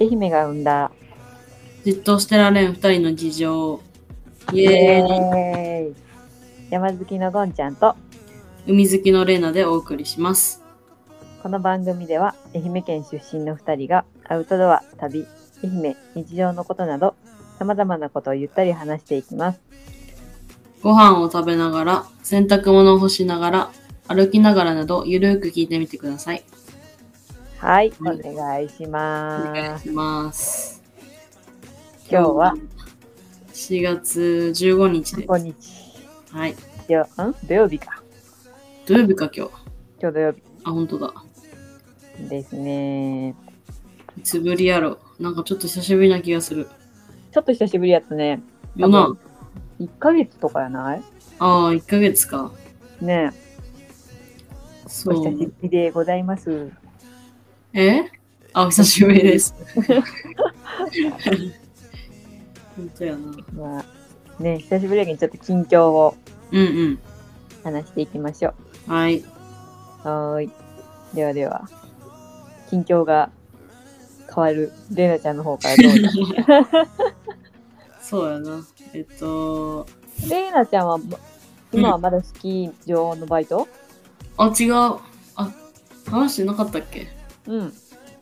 愛媛が生んだ。じっとしてられん二人の事情。イイエーイ。エーイ山好きのゴンちゃんと、海好きのレナでお送りします。この番組では愛媛県出身の2人がアウトドア、旅、愛媛、日常のことなど、様々なことをゆったり話していきます。ご飯を食べながら、洗濯物を干しながら、歩きながらなど、ゆるく聞いてみてください。はい、おはい願いしお願まいす。します。今日は4月15日で15日。す。はい。いやん土曜日か。土曜日か今日。今日土曜あ、本当だ。日ですね。いつぶりやろ。なんかちょっと久しぶりな気がする。ちょっと久しぶりやったね。よな。 1ヶ月とかやないああ、1ヶ月か。ねえ、そお久う。しぶりでございます。えあ、お久しぶりです。本当やな。まあ、ね久しぶりやけんちょっと近況をうん話していきましょうん。はい。う。はーい。ではでは、近況が変わる、レナちゃんの方からどうぞ。 そうやな。えっと、レナちゃんは、ま今はまだスキー場のバイトあ、違う。あ、話してなかったっけうん。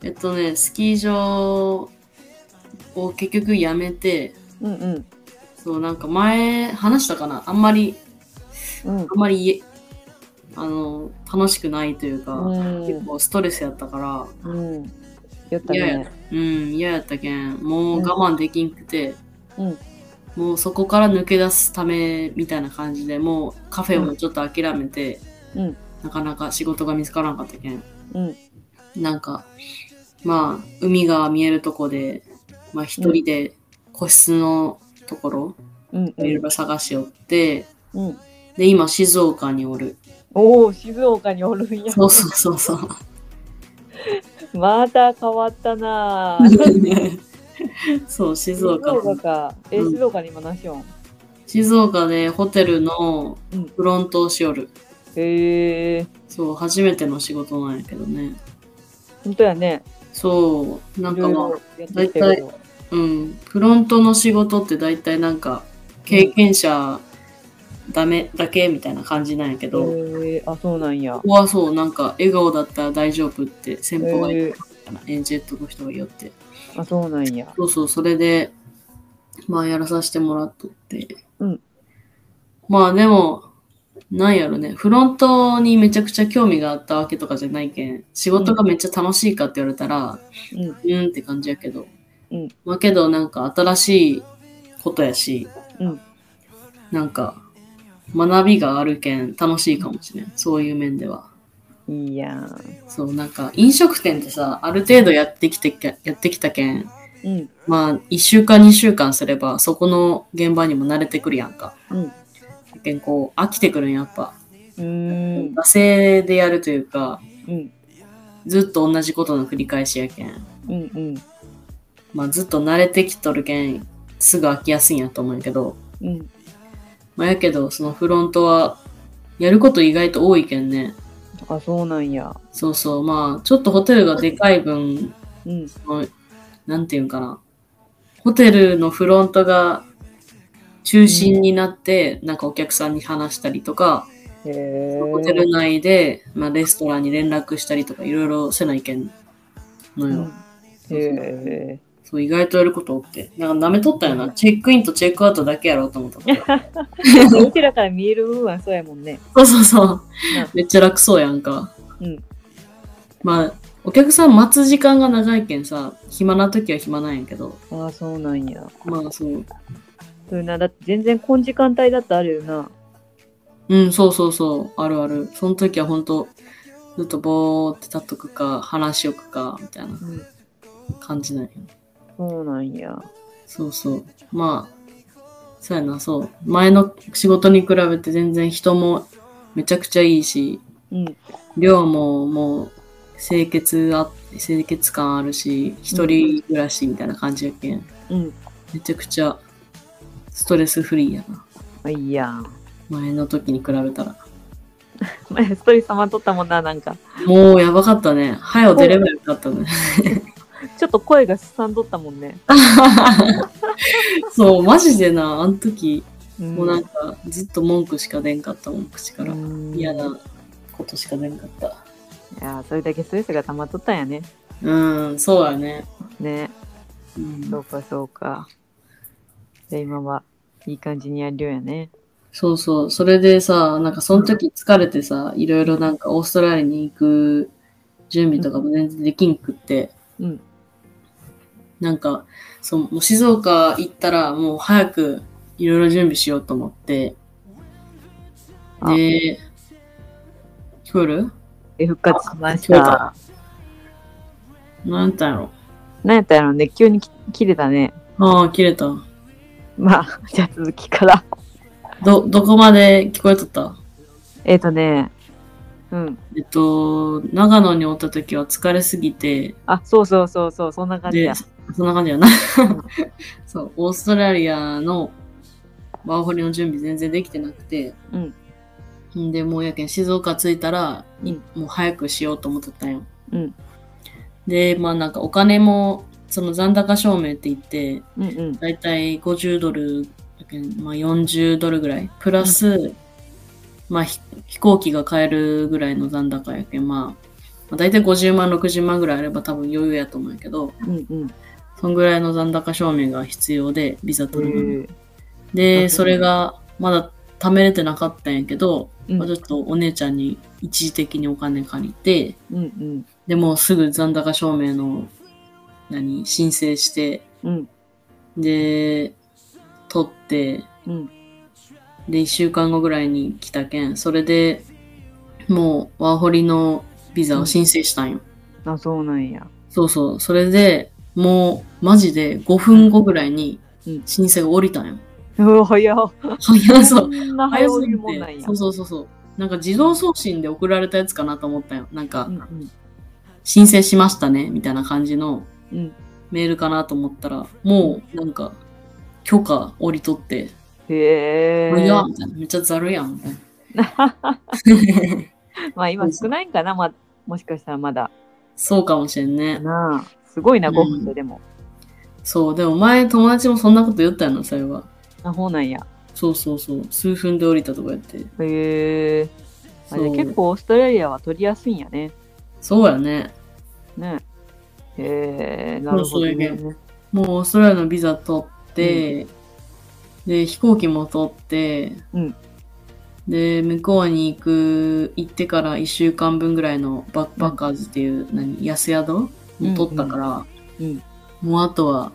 えっとね、スキー場を結局やめて、うんうん。そう、なんか前話したかな。あんまり、うんあんまりいえ、あの、楽しくないというか、う結構ストレスやったから、ん。うん。言った嫌や,、ね。うん、嫌やったけんもう我慢できんくて、うんもうそこから抜け出すためみたいな感じでもうカフェもちょっと諦めて、うんなかなか仕事が見つからなかったけんうん。なんかまあ海が見えるとこで、まあ、一人で個室のところうんいろいろ探しよって、うん。うん。で今静岡におるおお、静岡におるんや。そうそうそうそう また変わったなぁ。そう静岡静岡か。え、うん静岡に今何しよん。静岡でホテルのうんフロントをしよる、へえー、そう、初めての仕事なんやけどね。本当やね。そう、なんかいまろあ、いろやってきたけど。うん、フロントの仕事って大体なんか、経験者ダメだけみたいな感じなんやけど、こへえー、あ、そうなんや。こはそう、なんか、笑顔だったら大丈夫って先へ方が言っえたから、エンジェットの人が言って。ー、あ、そうなんや。そうそう、それで、まあ、やらさせてもらっとって。うんまあ、でも、なんやろね、フロントにめちゃくちゃ興味があったわけとかじゃないけん、仕事がめっちゃ楽しいかって言われたら、うん、うんって感じやけど。うんまあけど、なんか新しいことやし、うんなんか、学びがあるけん楽しいかもしれん。そういう面では。いいやん。そう、なんか飲食店ってさ、ある程度やってきてけ、やってきたけん、うん、まあ1週間2週間すれば、そこの現場にも慣れてくるやんか。うん。うけんこう、飽きてくるんやっぱ。ーん、惰性でやるというか、うん、ずっと同じことの繰り返しやけん。うん、うん、まあずっと慣れてきとるけん、すぐ飽きやすいんやと思うんやけど、うん。まあ、やけど、そのフロントは、やること意外と多いけんね。あ、そうなんや。そうそう、まあ、ちょっとホテルがでかい分、うん、そのなんていうんかな。ホテルのフロントが中心になって、なんかお客さんに話したりとか、へえホテー。ル内で、まあ、レストランに連絡したりとか、いろいろせないけんのうよ。んへえそう、意外とやること多くて。なんか舐めとったよな。チェックインとチェックアウトだけやろうと思ったから。ー。うちらから見える部分はそうやもんね。そうそうそううん。めっちゃ楽そうやんか。うん。まあ、お客さん待つ時間が長いけんさ、暇な時は暇なんやけど、あ、そうなんや。まあそう。そういうな、だって全然こん時間帯だってあるよな。うん、そうそうそう、あるある。その時はほんと、ずっとぼーって立っとくか、話しよくか、みたいなうん、感じなんや。そうなんや。そうそう。まあ、そうやな、そう。前の仕事に比べて全然人もめちゃくちゃいいし、うん、量ももう清潔あ、清潔感あるし、一人暮らしみたいな感じやけん。うん。めちゃくちゃストレスフリーやな。あ、いいやん。 前の時に比べたら。前ストレス溜まっとったもんな、なんか。 もうやばかったね。早よ出ればよかったね。ちょっと声がすさんどったもんね。そう、マジでな、あの時、うんもうなんか、ずっと文句しか出んかったもん、口から。うん嫌なことしか出んかった。いやーそれだけストレスが溜まっとったんやね。うん、そうやね。ねうんそうかそうか。じゃあ今はいい感じにやるようやね。そうそう。それでさ、なんかその時疲れてさ、いろいろなんかオーストラリアに行く準備とかも全然できんくって、うん。なんか、そうもう静岡行ったらもう早くいろいろ準備しようと思って、あで、聞こえるえ復活しまし聞こえた。た。なんだろなんやったやろね、急にき切れたね。う。ああ、切れた。まあ、 じゃあ続きから。ど、どこまで聞こえとったえっ、とね、うん。えっと、長野におった時は疲れすぎて、あ、そうそうそうそう、そんな感じでや。、そんな感じやな。 そう、オーストラリアのワーホリの準備全然できてなくて、うん。んで、もうやけん、静岡着いたら、うんもう早くしようと思ってたんよ。うん。で、まあなんかお金も、その残高証明って言って、うんうん。だいたい50ドルやけん、まあ40ドルぐらい、プラス、まあひ飛行機が買えるぐらいの残高やけん、まあ、まあ、だいたい50万、60万ぐらいあれば多分余裕やと思うんやけど、うんうん。そんぐらいの残高証明が必要で、ビザ取るのに。えーで、うんそれがまだ貯めれてなかったんやけど、うんまあ、ちょっとお姉ちゃんに一時的にお金借りて、うんでもうすぐ残高証明の何申請して、うん。うんで、取って、うん。で、1週間後ぐらいに来たけん、それでもうワーホリのビザを申請したんよ。あ、そうなんや。そうそう、それでもうマジで5分後ぐらいにうん申請が降りたんよ。 うわ、早っ。早 そう。んな早すいぎもんなんて。やそう。そうそうそう。なんか自動送信で送られたやつかなと思ったよ。なんかう、んうん申請しましたね、みたいな感じのうん。メールかなと思ったら、もうなんか、許可降り取って、へえ。いや、みたいな。めっちゃざるやん、みたいな。 まあ今少ないんかな、まあ、もしかしたらまだ。 そうかもしれんね。なあ。すごいな、うん5分ででも。そう、でも前友達もそんなこと言ったよな、それは。あ、ほうなんや。そうそうそう。数分で降りたとかやって。へえ。あそじゃうあ結構オーストラリアは取りやすいんやね。そうやね。ねへえ、なるほど、そうそね。もうオーストラリアのビザ取って、で、飛行機も取って、うんで、向こうに行く、行ってから1週間分ぐらいのバックパッカーズっていう、何、安宿を取ったから、うんもうあとは、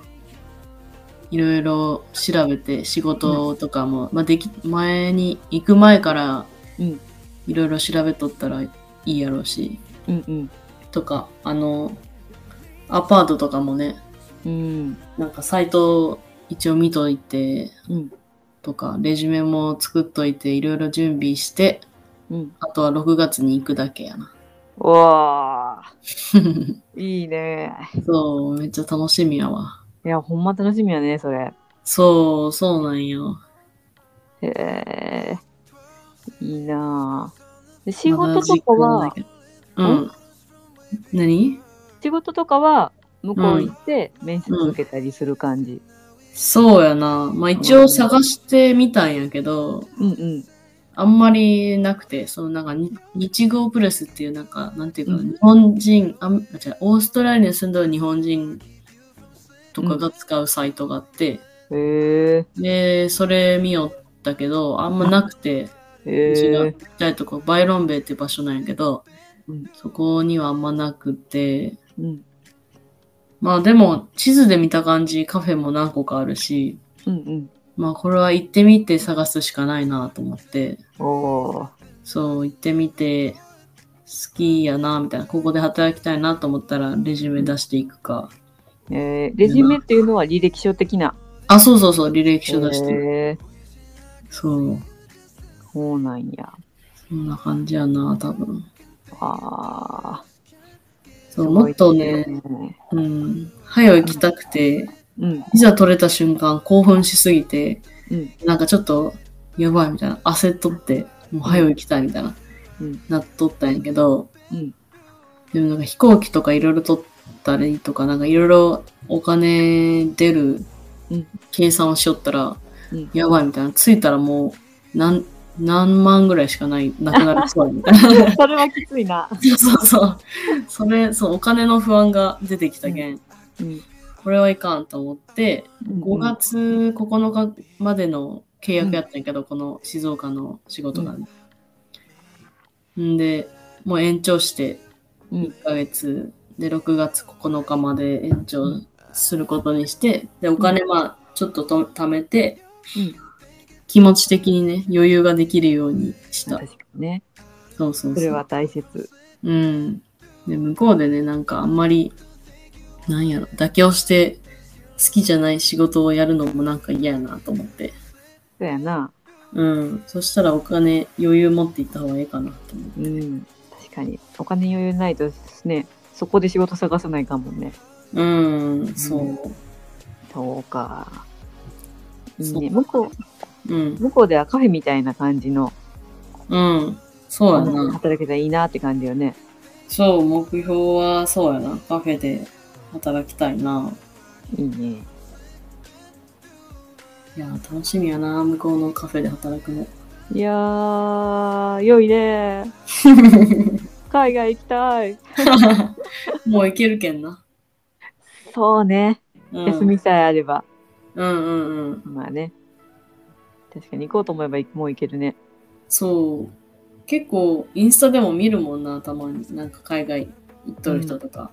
いろいろ調べて仕事とかも、まあ、でき、前に、行く前からうん、いろいろ調べとったらいいやろうし、うんとか、あの、アパートとかもね、うん。うん。なんかサイトを一応見といてうん。とか、レジュメも作っといて、いろいろ準備して、うん。あとは6月に行くだけ やな。うわあ、いいね。そう、めっちゃ楽しみやわ。いや、ほんま楽しみやね、それ。そう、そうなんよ。へえ。いいなあで仕まだ事とか実感ないは、けどうん。何仕事とかは、向こう行って面接受けたりする感じ。そうやな。まあ一応探してみたんやけど、うんうん。あんまりなくて、そのなんかに、日豪プレスっていうなんか、なんていうか、うん日本人、あんあ違うオーストラリアに住んでる日本人とかが使うサイトがあって、へえ。で、それ見よったけど、あんまなくて、うちへがえ行。きたいとこ、バイロンベイっていう場所なんやけど、うんそこにはあんまなくて、うんまあでも、地図で見た感じ、カフェも何個かあるし、うんまあこれは行ってみて探すしかないなと思って、うん。おー。そう、行ってみて、好きやな、みたいな、ここで働きたいなと思ったら、レジュメ出していくか。えーレジュメっていうのは履歴書的な。あ、そうそうそう、履歴書出して。へえそう、そうなんや。そんな感じやな、多分。ああ。そう、もっとすね、ごいねうん、早行きたくて、うん。いざ取れた瞬間、興奮しすぎて、 うん。なんかちょっと、やばいみたいな、焦っとって、もう早行きたいみたいな、うんなっとったんやけど、うん。でもなんか飛行機とかいろいろとったりとか、なんかいろいろお金出るうん計算をしよったら、うんやばいみたいな。着いたらもう、なん、何万ぐらいしかない、なくなりそうだみた いな。それはきついな。そうそう。それ、そう、お金の不安が出てきたけん、うん。これはいかんと思って、5 5。月9日までの契約やったんやけど、この静岡の仕事が、ねんで、もう延長してうん1ヶ月、で、6月9日まで延長することにして、で、お金まあ、ちょっとと貯めて、うん気持ち的にね、余裕ができるようにした。確かにね。そうそうそう。それは大切。うん。で、向こうでね、なんかあんまり、なんやろ、妥協して好きじゃない仕事をやるのもなんか嫌やなと思って。そうやな。うん。そしたらお金余裕持っていった方がいいかなと思って。うん。確かに。お金余裕ないとね、そこで仕事探さないかもね。うん、そうう。そうか。いいそうね。向こうんう、。向こうではカフェみたいな感じの、うん。そうやな。働けたらいいなって感じよね。そう、目標はそうやな。カフェで働きたいな。いいね。いや、楽しみやな。向こうのカフェで働くの。 いやー、良い ね。海外行きたい。もう行けるけんな。そうね。うん、休みさえあれば。うんうんうん。まあね。確かに行こうと思えばもう行けるね。そう。結構、インスタでも見るもんな、たまに。なんか海外行っとる人とか。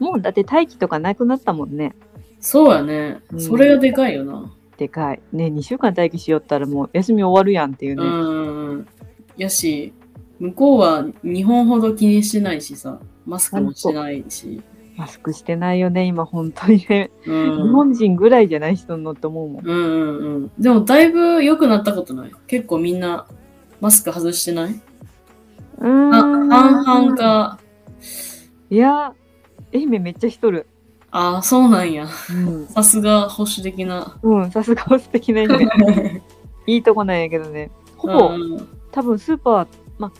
もうだって待機とかなくなったもんね。そうやねう。んそれがでかいよな。でかい。ね、2週間待機しよったらもう休み終わるやんっていううね。んうんうん。やし、向こうは日本ほど気にしてないしさ、マスクもしてないし。マスクしてないよね、今本当にね。うん日本人ぐらいじゃない人のって思うもん。うんうんうん。でも、だいぶ良くなったことない。結構みんな、マスク外してないあうーん半々か。いやー、愛媛めっちゃしとる。ああ、そうなんや。うん。さすが保守的な。うん、さすが素敵な愛媛。 いいとこなんやけどね。ほぼ、うんうん多分スーパー、まあ、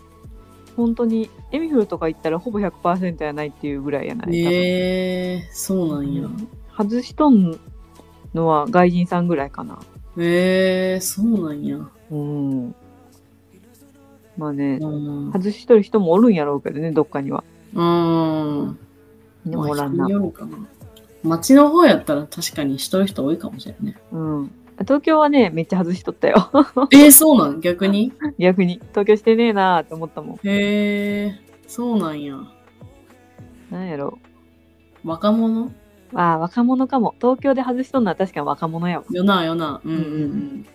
本当にエミフルとか行ったらほぼ100%やないっていうぐらいやない。ええそうなんや。多分外しとんのは外人さんぐらいかな。ええそうなんや。うん。まあね、うん。外しとる人もおるんやろうけどね、どっかには。うん。でまもあおらん人なに。よるかな。街の方やったら確かにしとる人多いかもしれんね。うん。東京はね、めっちゃ外しとったよ。 ええそうなん逆に逆に。東京してねえなーって思ったもん。へえそうなんや。なんやろ若者う。ああ、若者かも。東京で外しとんのは確かに若者やわ。よなよな。うんううん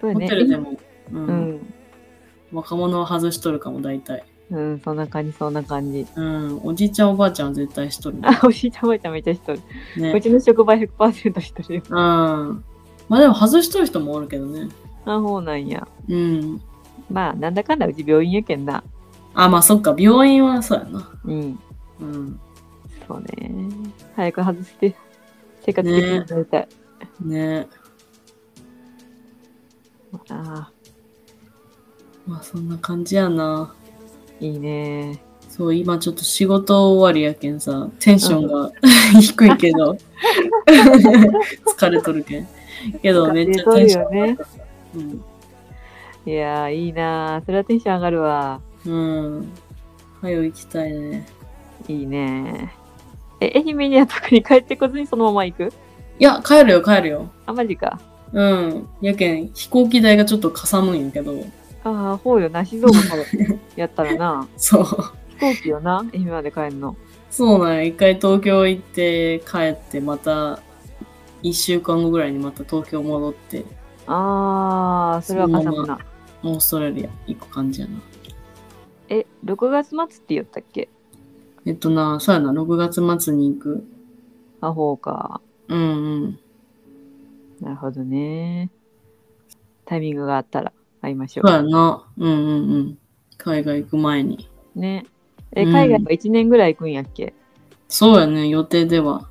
そうやうん。ホね。テルでも、う、うんん。若者は外しとるかも、大体。うん、そんな感じ、そんな感じ。うん。おじいちゃんおばあちゃんは絶対しとるね。あ、おじいちゃんおばあちゃんめっちゃしとる。うね。ちの職場100%してるよ。うん。まあでも外しとる人もおるけどね。あ、ほうなんや。うん。まあ、なんだかんだうち病院やけんな。あ、まあそっか、病院はそうやな。うん。うん。そうね。早く外して、生活できるようになりたい。ねああ、まあそんな感じやな。いいね。そう、今ちょっと仕事終わりやけんさ、テンションが 低いけど、疲れとるけん。けどめっちゃテンション上がった。いやー、いいなー。それはテンション上がるわ。うん。うん。はよ行きたいね。いいねー。え、愛媛には特に帰ってこずにそのまま行くいや、帰るよ、帰るよ。あ、マジか。うん。やけん、飛行機代がちょっとかさむんやけど、ああ、ほうよな。静岡からやったら な。そう。飛行機よな。愛媛まで帰んの。そうなんや。一回東京行って、帰って、また、一週間後ぐらいにまた東京戻って、ああ、それはかさむな。オーストラリア行く感じやな。え、6月末って言ったっけえっとな、そうやな、6月末に行く。あ、ほうか。うんうん。なるほどね。タイミングがあったら会いましょそうやう。な。うんうんうん。海外行く前に。ね。え、うん海外は1年ぐらい行くんやっけ、そうやね、予定では。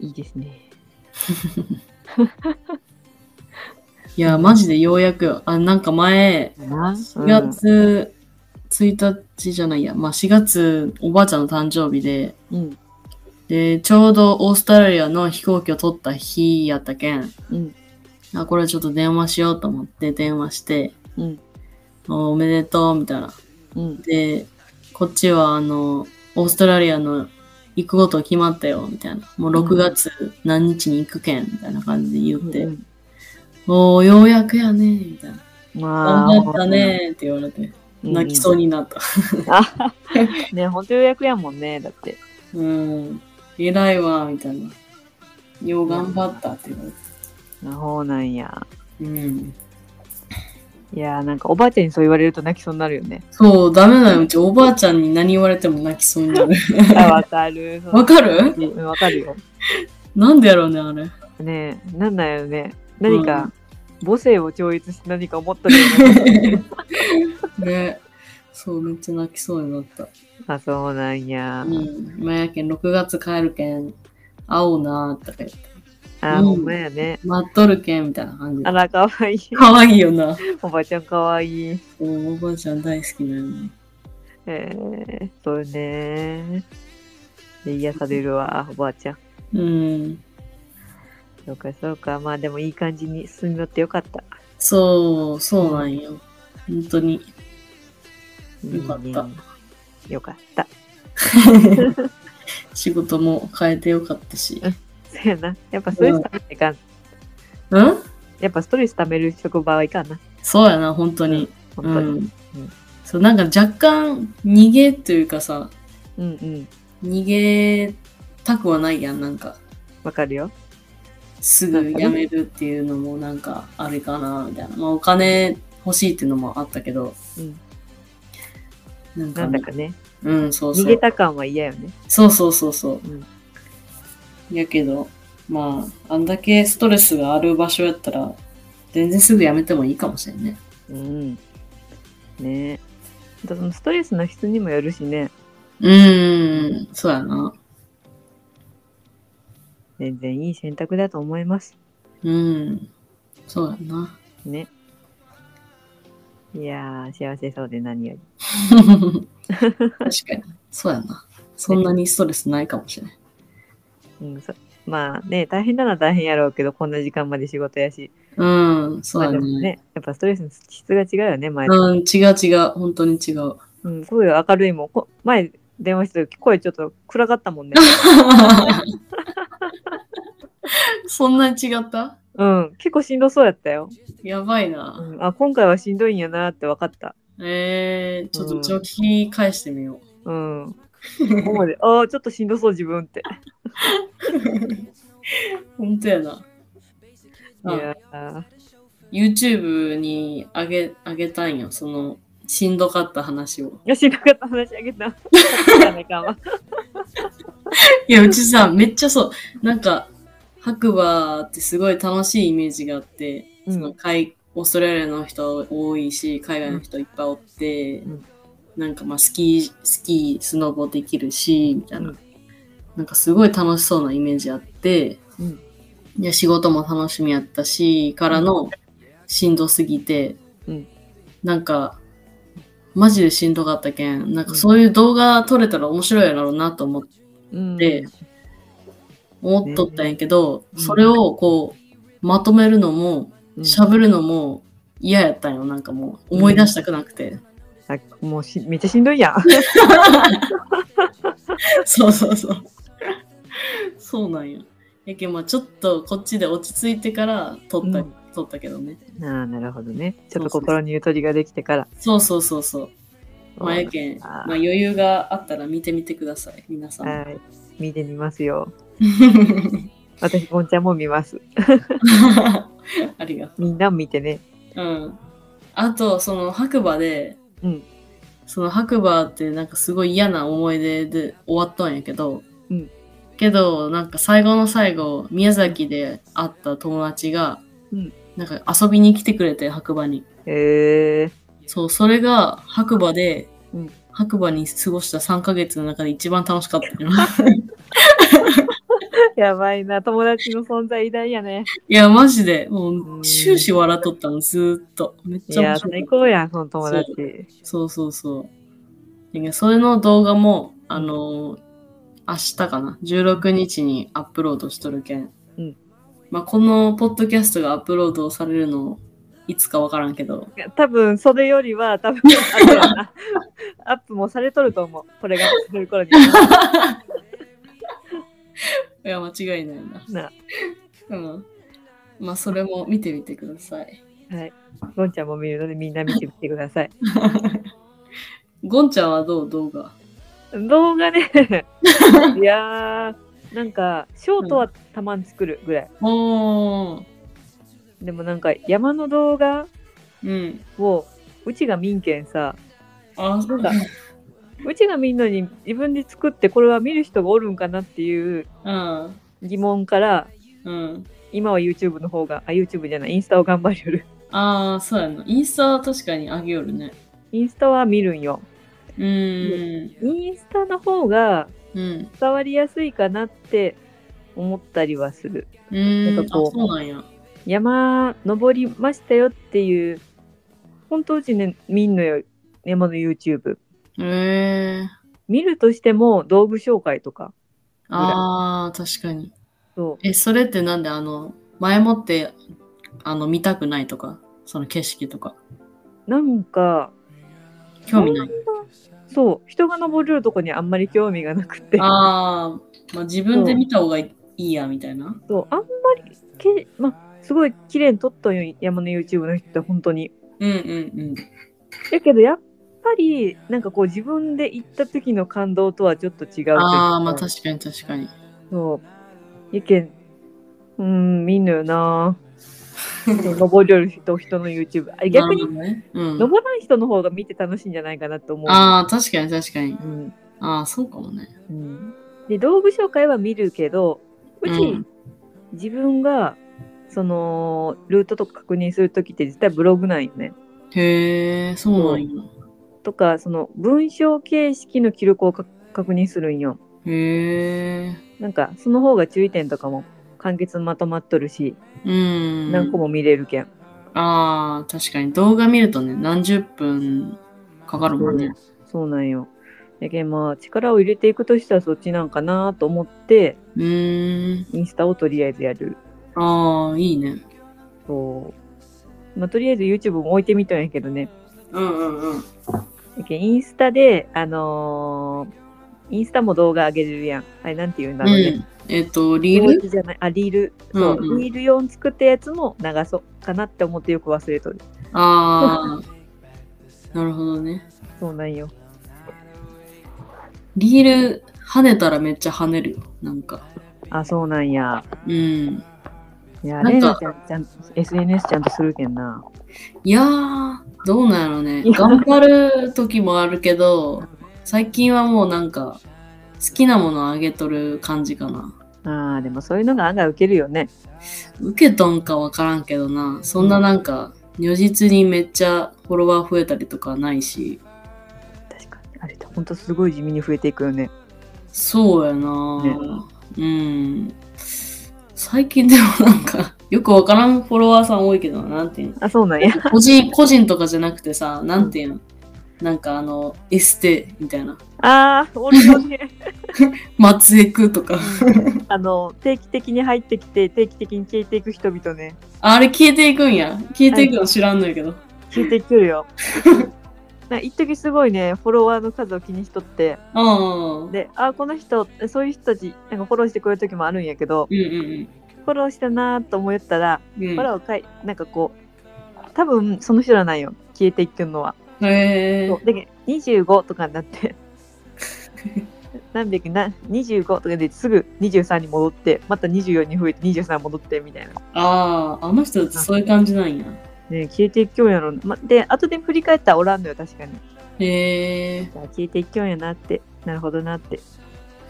いいですね。いや、マジでようやく、あ、なんか前、な、うん、 4月1日じゃないや、まあ4月、おばあちゃんの誕生日で、うん。で、ちょうどオーストラリアの飛行機を取った日やったけん、うん。あ、これちょっと電話しようと思って電話して、うん。おおめでとう、みたいな。うん。で、こっちはあの、オーストラリアの行くこと決まったよ、みたいな。もう6月何日に行くけん、みたいな感じで言って、うんおー、ようやくやね、みたいな。まあ。頑張ったね、って言われて、泣きそうになった。うん。あね、本当予約やもんね、だって。うん、偉いわ、みたいな。よう頑張ったって言われて。あほうなんや。うん。いやー、なんかおばあちゃんにそう言われると泣きそうになるよね。そう、ダメだよ。うちおばあちゃんに何言われても泣きそうになる。あわかる。そわうかるうんわかるよ。なんでやろうね、あれ。 ねえ、なんなんやろね。何か、母性を超越して何か思ったりもない ね。そう、めっちゃ泣きそうになった。あ、そうなんや。うん。まあやけん、6月帰るけん、会おうなーとか言って。あ、うんほんまやね。待っとるけん、みたいな感じあで。ら、かわい い。かわいいよな。おばちゃんかわいい。うんおばあちゃん大好きだよね。えー、そうね。で癒されるわ、おばあちゃん。うん。そうか、そうか。まあでもいい感じに進み寄ってよかった。そう、そうなんよ。本当に。よかったいいね。よかった。仕事も変えてよかったし。そうやな。やっぱストレス溜めないかん。うんやっぱストレス溜める職場はいかんな。そうやな、本当に。本う当に。んうん。そう、なんか若干逃げというかさ、うんうん。逃げたくはないやん、なんか。わかるよ。すぐ辞めるっていうのもなんかあれかな、みたいな。まあお金欲しいっていうのもあったけど、うん。なんかなね、んだかね。うん、そう逃そげう。た感は嫌よね。そうそうそうそううん。やけど、まあ、あんだけストレスがある場所やったら、全然すぐ辞めてもいいかもしれんね。うん。ねえ。あとそのストレスの質にもよるしね。うーん、そうやな。全然いい選択だと思います。うん、そうやな。 ね。いやー、幸せそうで何より。確かに。そうやな。そんなにストレスないかもしれない。うん、そまあね、大変だな大変やろうけど、こんな時間まで仕事やし。うん、そうまあやでね。もね、やっぱストレスの質が違うよね、前と。うん、違う違う。本当に違 う。うん、声が明るいもん。こ前電話した時声ちょっと暗かった もんね。そんなに違ったうん、結構しんどそうやったよ。やばいうな。ん、あ、今回はしんどいんやなって分かった。えー、ちょっとうちを聞き返してみようん。う。 ここまで、ああ、ちょっとしんどそう自分って。本当やな。いあやー YouTube にあげあげたんよ、その、しんどかった話を。よし、なかった話あげ た。 ういや、うちさ、めっちゃそう、なんか、白馬ってすごい楽しいイメージがあって、んその海オーストラリアの人多いし、海外の人いっぱいおって、うんなんかまあスキー、スキー、スノボできるし、みたいな。うんなんかすごい楽しそうなイメージあって、うんいや仕事も楽しみやったし、からのしんどすぎて、うんなんか、マジでしんどかったけん、なんかそういう動画撮れたら面白いやろうなと思って、うんで思っとったんやけど、うんそれをこう、まとめるのも、うん喋るのも嫌やったんよ。なんかもう思い出したくなくて。あもうしめっちゃしんどいやん。 そうそうそう。そうなんや。やけんまあちょっとこっちで落ち着いてから撮った、うん撮ったけどね。ああ、なるほどね。ちょっとそうそうそう心にゆとりができてから。そうそうそうそう。まあやけん、あーまあ余裕があったら見てみてください。皆さん。はい。見てみますよ。私、ゴンちゃんも見ます。 ありがとみんなも見てね。う。うん。あと、その白馬で、うん。その白馬ってなんかすごい嫌な思い出で終わったんやけど、うんけどなんか最後の最後宮崎で会った友達が、うんなんか遊びに来てくれて白馬にへえそうそれが白馬で、うん白馬に過ごした3ヶ月の中で一番楽しかったよー。 やばいな。友達の存在偉大やね。 いやマジでもううん終始笑っとったのずーっとめっいちゃや面ー、白最かっ高やん、その友達。たそうそうそうやけんそれの動画も、あのー明日かな、16日にアップロードしとるけん。うんまあ、このポッドキャストがアップロードされるの、いつかわからんけ ど、多分それよりは多分あとやな アップもされとると思うこれがする 頃にいや、間違いないな。なうん。まあ、それも見てみてください。はいゴンちゃんも見るのでみんな見てみてくださいゴンちゃんはどう動画動画 ねいやーなんかショートはたまに作るぐらい、おー。でもなんか山の動画うん。をうちが民権さあ、そうだ。うちがみんなに自分で作ってこれは見る人がおるんかなっていううん。疑問からうん。今は YouTube の方があ YouTube じゃないインスタを頑張りよるああ、そうやな。インスタは確かにあげよるね。インスタは見るんようーん。インスタの方がうん。伝わりやすいかなって思ったりはするうーん。なあ、んかこうそうなんや。山登りましたよっていう本当うちね見んのよ山の YouTube へえー。見るとしても道具紹介とかああ、確かに。そうえ、それってなんであの、前もって、あの、見たくないとか、その景色とか、なんか興味ない。そう人が登れるとこにあんまり興味がなくてああ、まあ自分で見た方がいいや、みたいな。そうあんまりけ、まあ、すごい綺麗に撮ったんよ山の YouTube の人って本当にうんうんだけどやっぱりなんかこう自分で行った時の感動とはちょっと違うといううん。かああ、まあ確かに確かに。そう。意見、うーん、見んのよな。登りよる人、人の YouTube。あ逆なにる、ほどね。うん。登らん人の方が見て楽しいんじゃないかなと思う。ああ、確かに確かに。うんああ、そうかもね。うんで、道具紹介は見るけど、うち、うん自分が、その、ルートとか確認するときって絶対ブログなんよね。へえ、そうなんや。とか、その、文章形式の記録をか確認するんよ。へえ。なんか、その方が注意点とかも簡潔にまとまっとるし、うん。何個も見れるけん。ああ、確かに動画見るとね、何十分かかるもんね。そうなんよ。だけどまあ力を入れていくとしたらそっちなんかなと思ってうーん。インスタをとりあえずやる。ああ、いいね。そう。まあとりあえず YouTube も置いてみたんやけどね。うんうんうん。だけどインスタで、あのーインスタも動画上げれるやん。あれなんて言うんだろうね。えっ、と、リー動ル画じゃないあ、リール。そう。うんうんリール用に作ったやつも流そうかなって思ってよく忘れとる。あ あ、なるほどね。そうなんよ。リール跳ねたらめっちゃ跳ねるよ。なんか。あ、そうなんや。うん。いや、なんかレイナちゃん、ちゃん SNS ちゃんとするけんな。いやー、どうなんやろね。いや頑張る時もあるけど、最近はもうなんか、好きなものあげとる感じかな。ああ、でもそういうのが案外ウケるよね。受けとんかわからんけどな。そんななんか、如実にめっちゃフォロワー増えたりとかはないし。確かにあれって本当すごい地味に増えていくよねそうやな、うん。最近でもなんか、 よくわからんフォロワーさん多いけどな、なんていうの。あそうなんや個人、 個人とかじゃなくてさ、なんていうの。なんかあの、エステみたいな。あー俺も ね松江区とか。 あの定期的に入ってきて定期的に消えていく人々ねあれ消えていくんや。消えていくの知らんのやけど。消えてくる よな一時すごいねフォロワーの数を気にしとってうん。うんであーこの人そういう人たちなんかフォローしてくれる時もあるんやけどうんフォローしたなーと思ったらうん。フうォローかいなんかこう多分その人らなんよ消えていくのはん、へえそう。だけど25とかになって何百な25とかですぐ23に戻ってまた24に増えて23戻ってみたいな、ああ、あの人ってそういう感じなんや。ね、消えていきようやろな、ま、で後で振り返ったらおらんのよ確かにへえ。じゃあ消えていきようやなってなるほどなって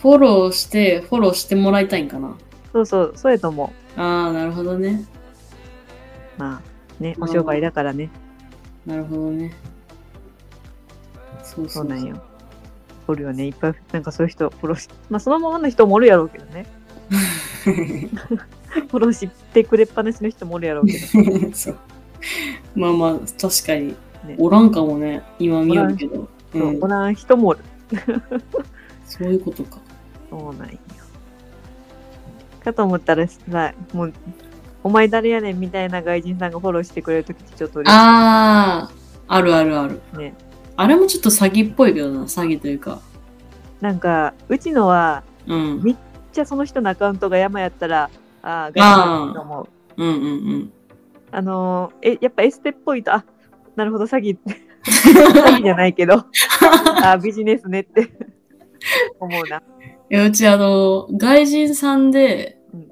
フォローして、フォローしてもらいたいんかな。そうそうそうやと思ああ、なるほどね。うまあねお商売だからねなるほどね。そうそそううなん そう。よおるよねいっぱいなんかそういう人フォローしまあそのままの人もおるやろうけど ねフォローしてくれっぱなしの人もおるやろうけどそうまあまあ、確かにね。おらんかもね。今見よるけど。うそんうおらん人もおるそういうことか。そうなんよかと思ったらさもうお前誰やねんみたいな外人さんがフォローしてくれるときちょっと嬉しああ、あるあるある。いねあれもちょっと詐欺っぽいけどな、詐欺というか。なんかうちのはうん。みじゃあその人のアカウントが山やったらああ外人だと思ううんうんうん。あのーえやっぱエステっぽいとあなるほど詐欺って詐欺じゃないけどあビジネスねって思うな。えうちあの、外人さんでうん、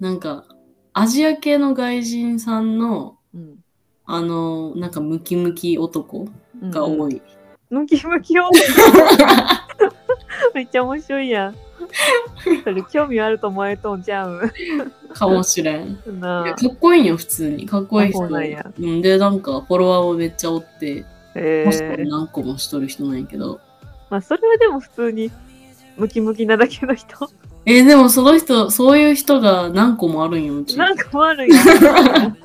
なんか、アジア系の外人さんの、うんあの、なんかムキムキ男うんが多い。ムキムキをめっちゃ面白いやん。それ興味あると思えとんちゃうん。かもしれん。ないやあかっこいいんよ、普通に。かっこいい人。あそうなんやうん、で、なんか、フォロワーもめっちゃおって、えポストーに何個もしとる人なんやけど。まあそれはでも普通にムキムキなだけの人えでもその人、そういう人が何個もあるんよ、うち。なんか悪いやん。い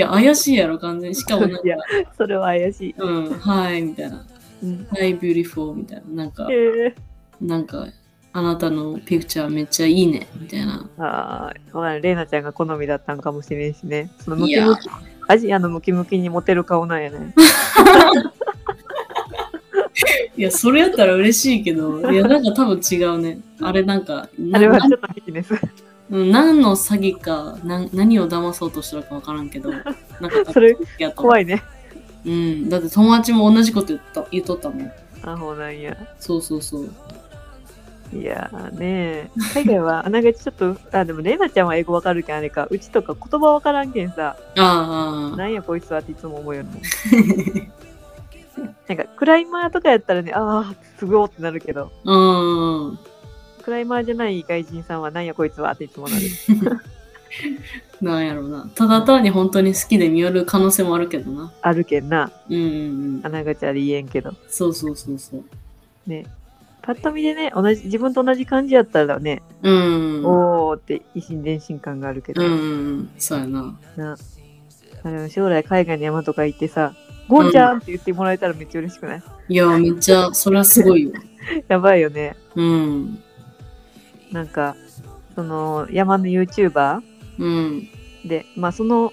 や、怪しいやろ、完全に。しかもなんかい、やそれは怪しい。うん、はい、みたいな。うんはい、ビューティフォーみたいな。なんかえ、ー、なんか、あなたのピクチャーめっちゃいいね、みたいな。あーまあ、レイナちゃんが好みだったんかもしれんしね。そのムいキやムキ、アジアのムキムキにモテる顔なんやね。いや、それやったら嬉しいけど、いや、なんか多分違うね。あれなんか、あなれはなちょっとビジネス。うん何の詐欺か、なん何を騙そうとしたのかわからん けど、なんかそれやった 怖いね。うん、だって友達も同じこと言った言っとったもん。あほなんや。そうそうそう。いやーねー海外はあながちちょっと、あ、でもレイナちゃんは英語わかるけんあれか。うちとか言葉わからんけんさ、ああああ、なんやこいつはっていつも思うよね。なんかクライマーとかやったらね、ああ、すごいってなるけど、うん。クライマーじゃない外人さんはなんやこいつはっていつもなる。なんやろうな。ただ単に本当に好きで見よる可能性もあるけどな。あるけんな。うんうんうんあ。ながちあり言えんけど。そうそうそうそう。ね。パッと見でね、同じ、自分と同じ感じやったらね、うん。うんおーって一心伝心感があるけど、うんうん。そうやな。な。あれ将来海外の山とか行ってさ、ゴンちゃんって言ってもらえたらめっちゃ嬉しくない、いや、めっちゃ、それはす ごいよ。やばいよね。うん。なんか、その山の YouTuber うん。で、まあその、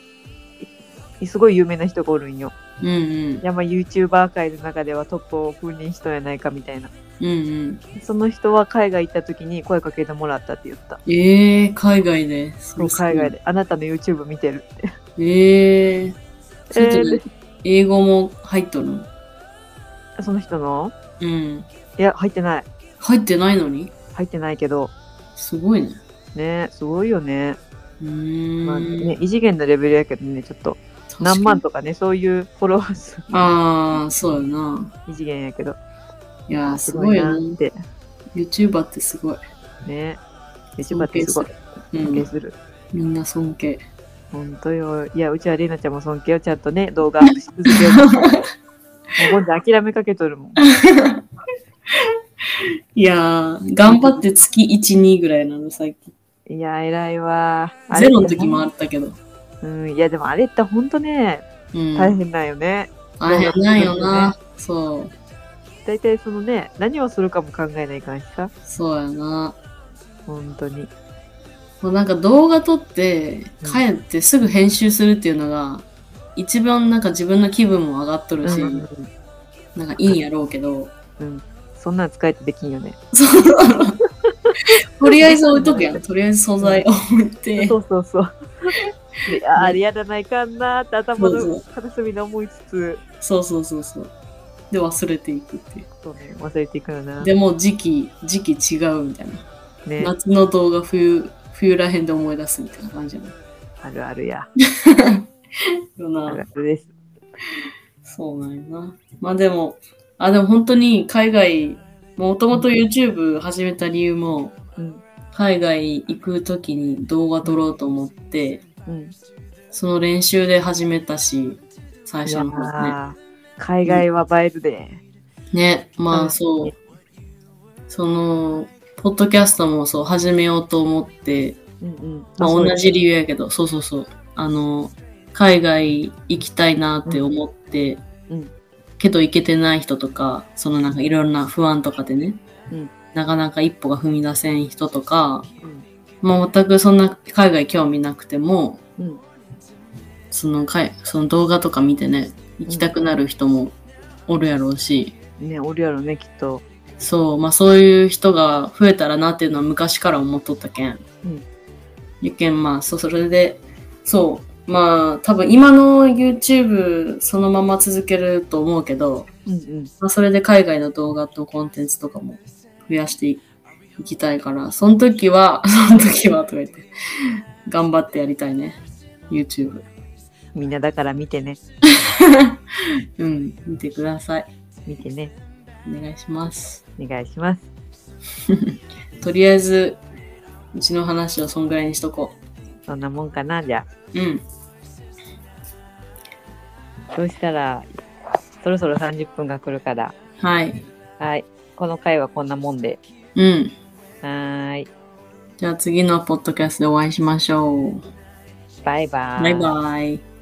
いすごい有名な人がおるんよ。うんうん。山 YouTuber 界の中ではトップを封任しとんやないかみたいな。うんうん。その人は海外行った時に声かけてもらったって言った。ええー、海外で。そもうれすごい海外。で、あなたの YouTube 見てるって。ええー。それえとね英語も入っとるのーその人のうん。いや、入ってない。入ってないのに入ってないけど、すごいね。ね、すごいよね。うーん。まあね、異次元のレベルやけどね、ちょっと、確かに何万とかね、そういうフォロワー数、ああ、そうやな。異次元やけど、いやー、すごいよなな。って、 YouTuber ってすごい。ね。YouTuber ってすごい。う尊敬ん。する。みんな尊敬。本当よ。いや、うちはレイナちゃんも尊敬をちゃんとね、動画アップし続けよう と。もうゴンちゃん諦めかけとるもん。いやー、頑張って月1、2ぐらいなの、最近。いや、偉いわ。あれゼロの時もあったけど。うん、いや、でもあれって本当ね、うん。大変なんよね。大変ないよな。そう。大体そのね、何をするかも考えないかんしさ。そうやな。本当に。もうなんか動画撮って、うん帰ってすぐ編集するっていうのが、一番なんか自分の気分も上がっとるし、うんなんかいいんやろうけど、そんなん使えてできんよね。とりあえず置いとくやん。とりあえず素材置いて。そうそう そう。であーあれやらないかんなーって頭そうそのう片隅で思いつつ、そうそうそうそう。で、忘れていくっていう。そうね、忘れていくよな。でも時期、時期違うみたいな。ね、夏の動画冬、冬らへんで思い出すみたいな感じやなあるあるや。よあるな。あるです。そうなんやな。まあでも、あ、でも本当に海外、もともと YouTube 始めた理由も、うん。海外行くときに動画撮ろうと思って、うん。その練習で始めたし、最い初やの方ね。ー海外は映えるで。ね、まうあんそう。その、ポッドキャストもそう、始めようと思って、うんうん。まあ、そう同じ理由やけど、そうそうそう。あの、海外行きたいなって思って、うんうんけど行けてない人とか、そのなんかいろんな不安とかでね、うんなかなか一歩が踏み出せん人とか、うんまあ、全くそんな海外興味なくても、うんそのかいその動画とか見てね、行きたくなる人もおるやろうし、ねおるやろねきっとそう、まあそういう人が増えたらなっていうのは昔から思っとったけん。うんゆけん、まあそう、それで、そう、まあ多分今の YouTube そのまま続けると思うけど、うんうんまあそれで海外の動画とコンテンツとかも増やしていきたいから、その時は、 その時はとか言って、頑張ってやりたいね。YouTube。みんなだから見てねうん、見てください。見てねお願いします。お願いしますとりあえず、うちの話はそんぐらいにしとこそんなもんかなじゃう。うん。あそうしたらそろそろ30分が来るからはい。はいこの回はこんなもんでうん。はーいじゃあ次のポッドキャストでお会いしましょう。バイバーバイバイ。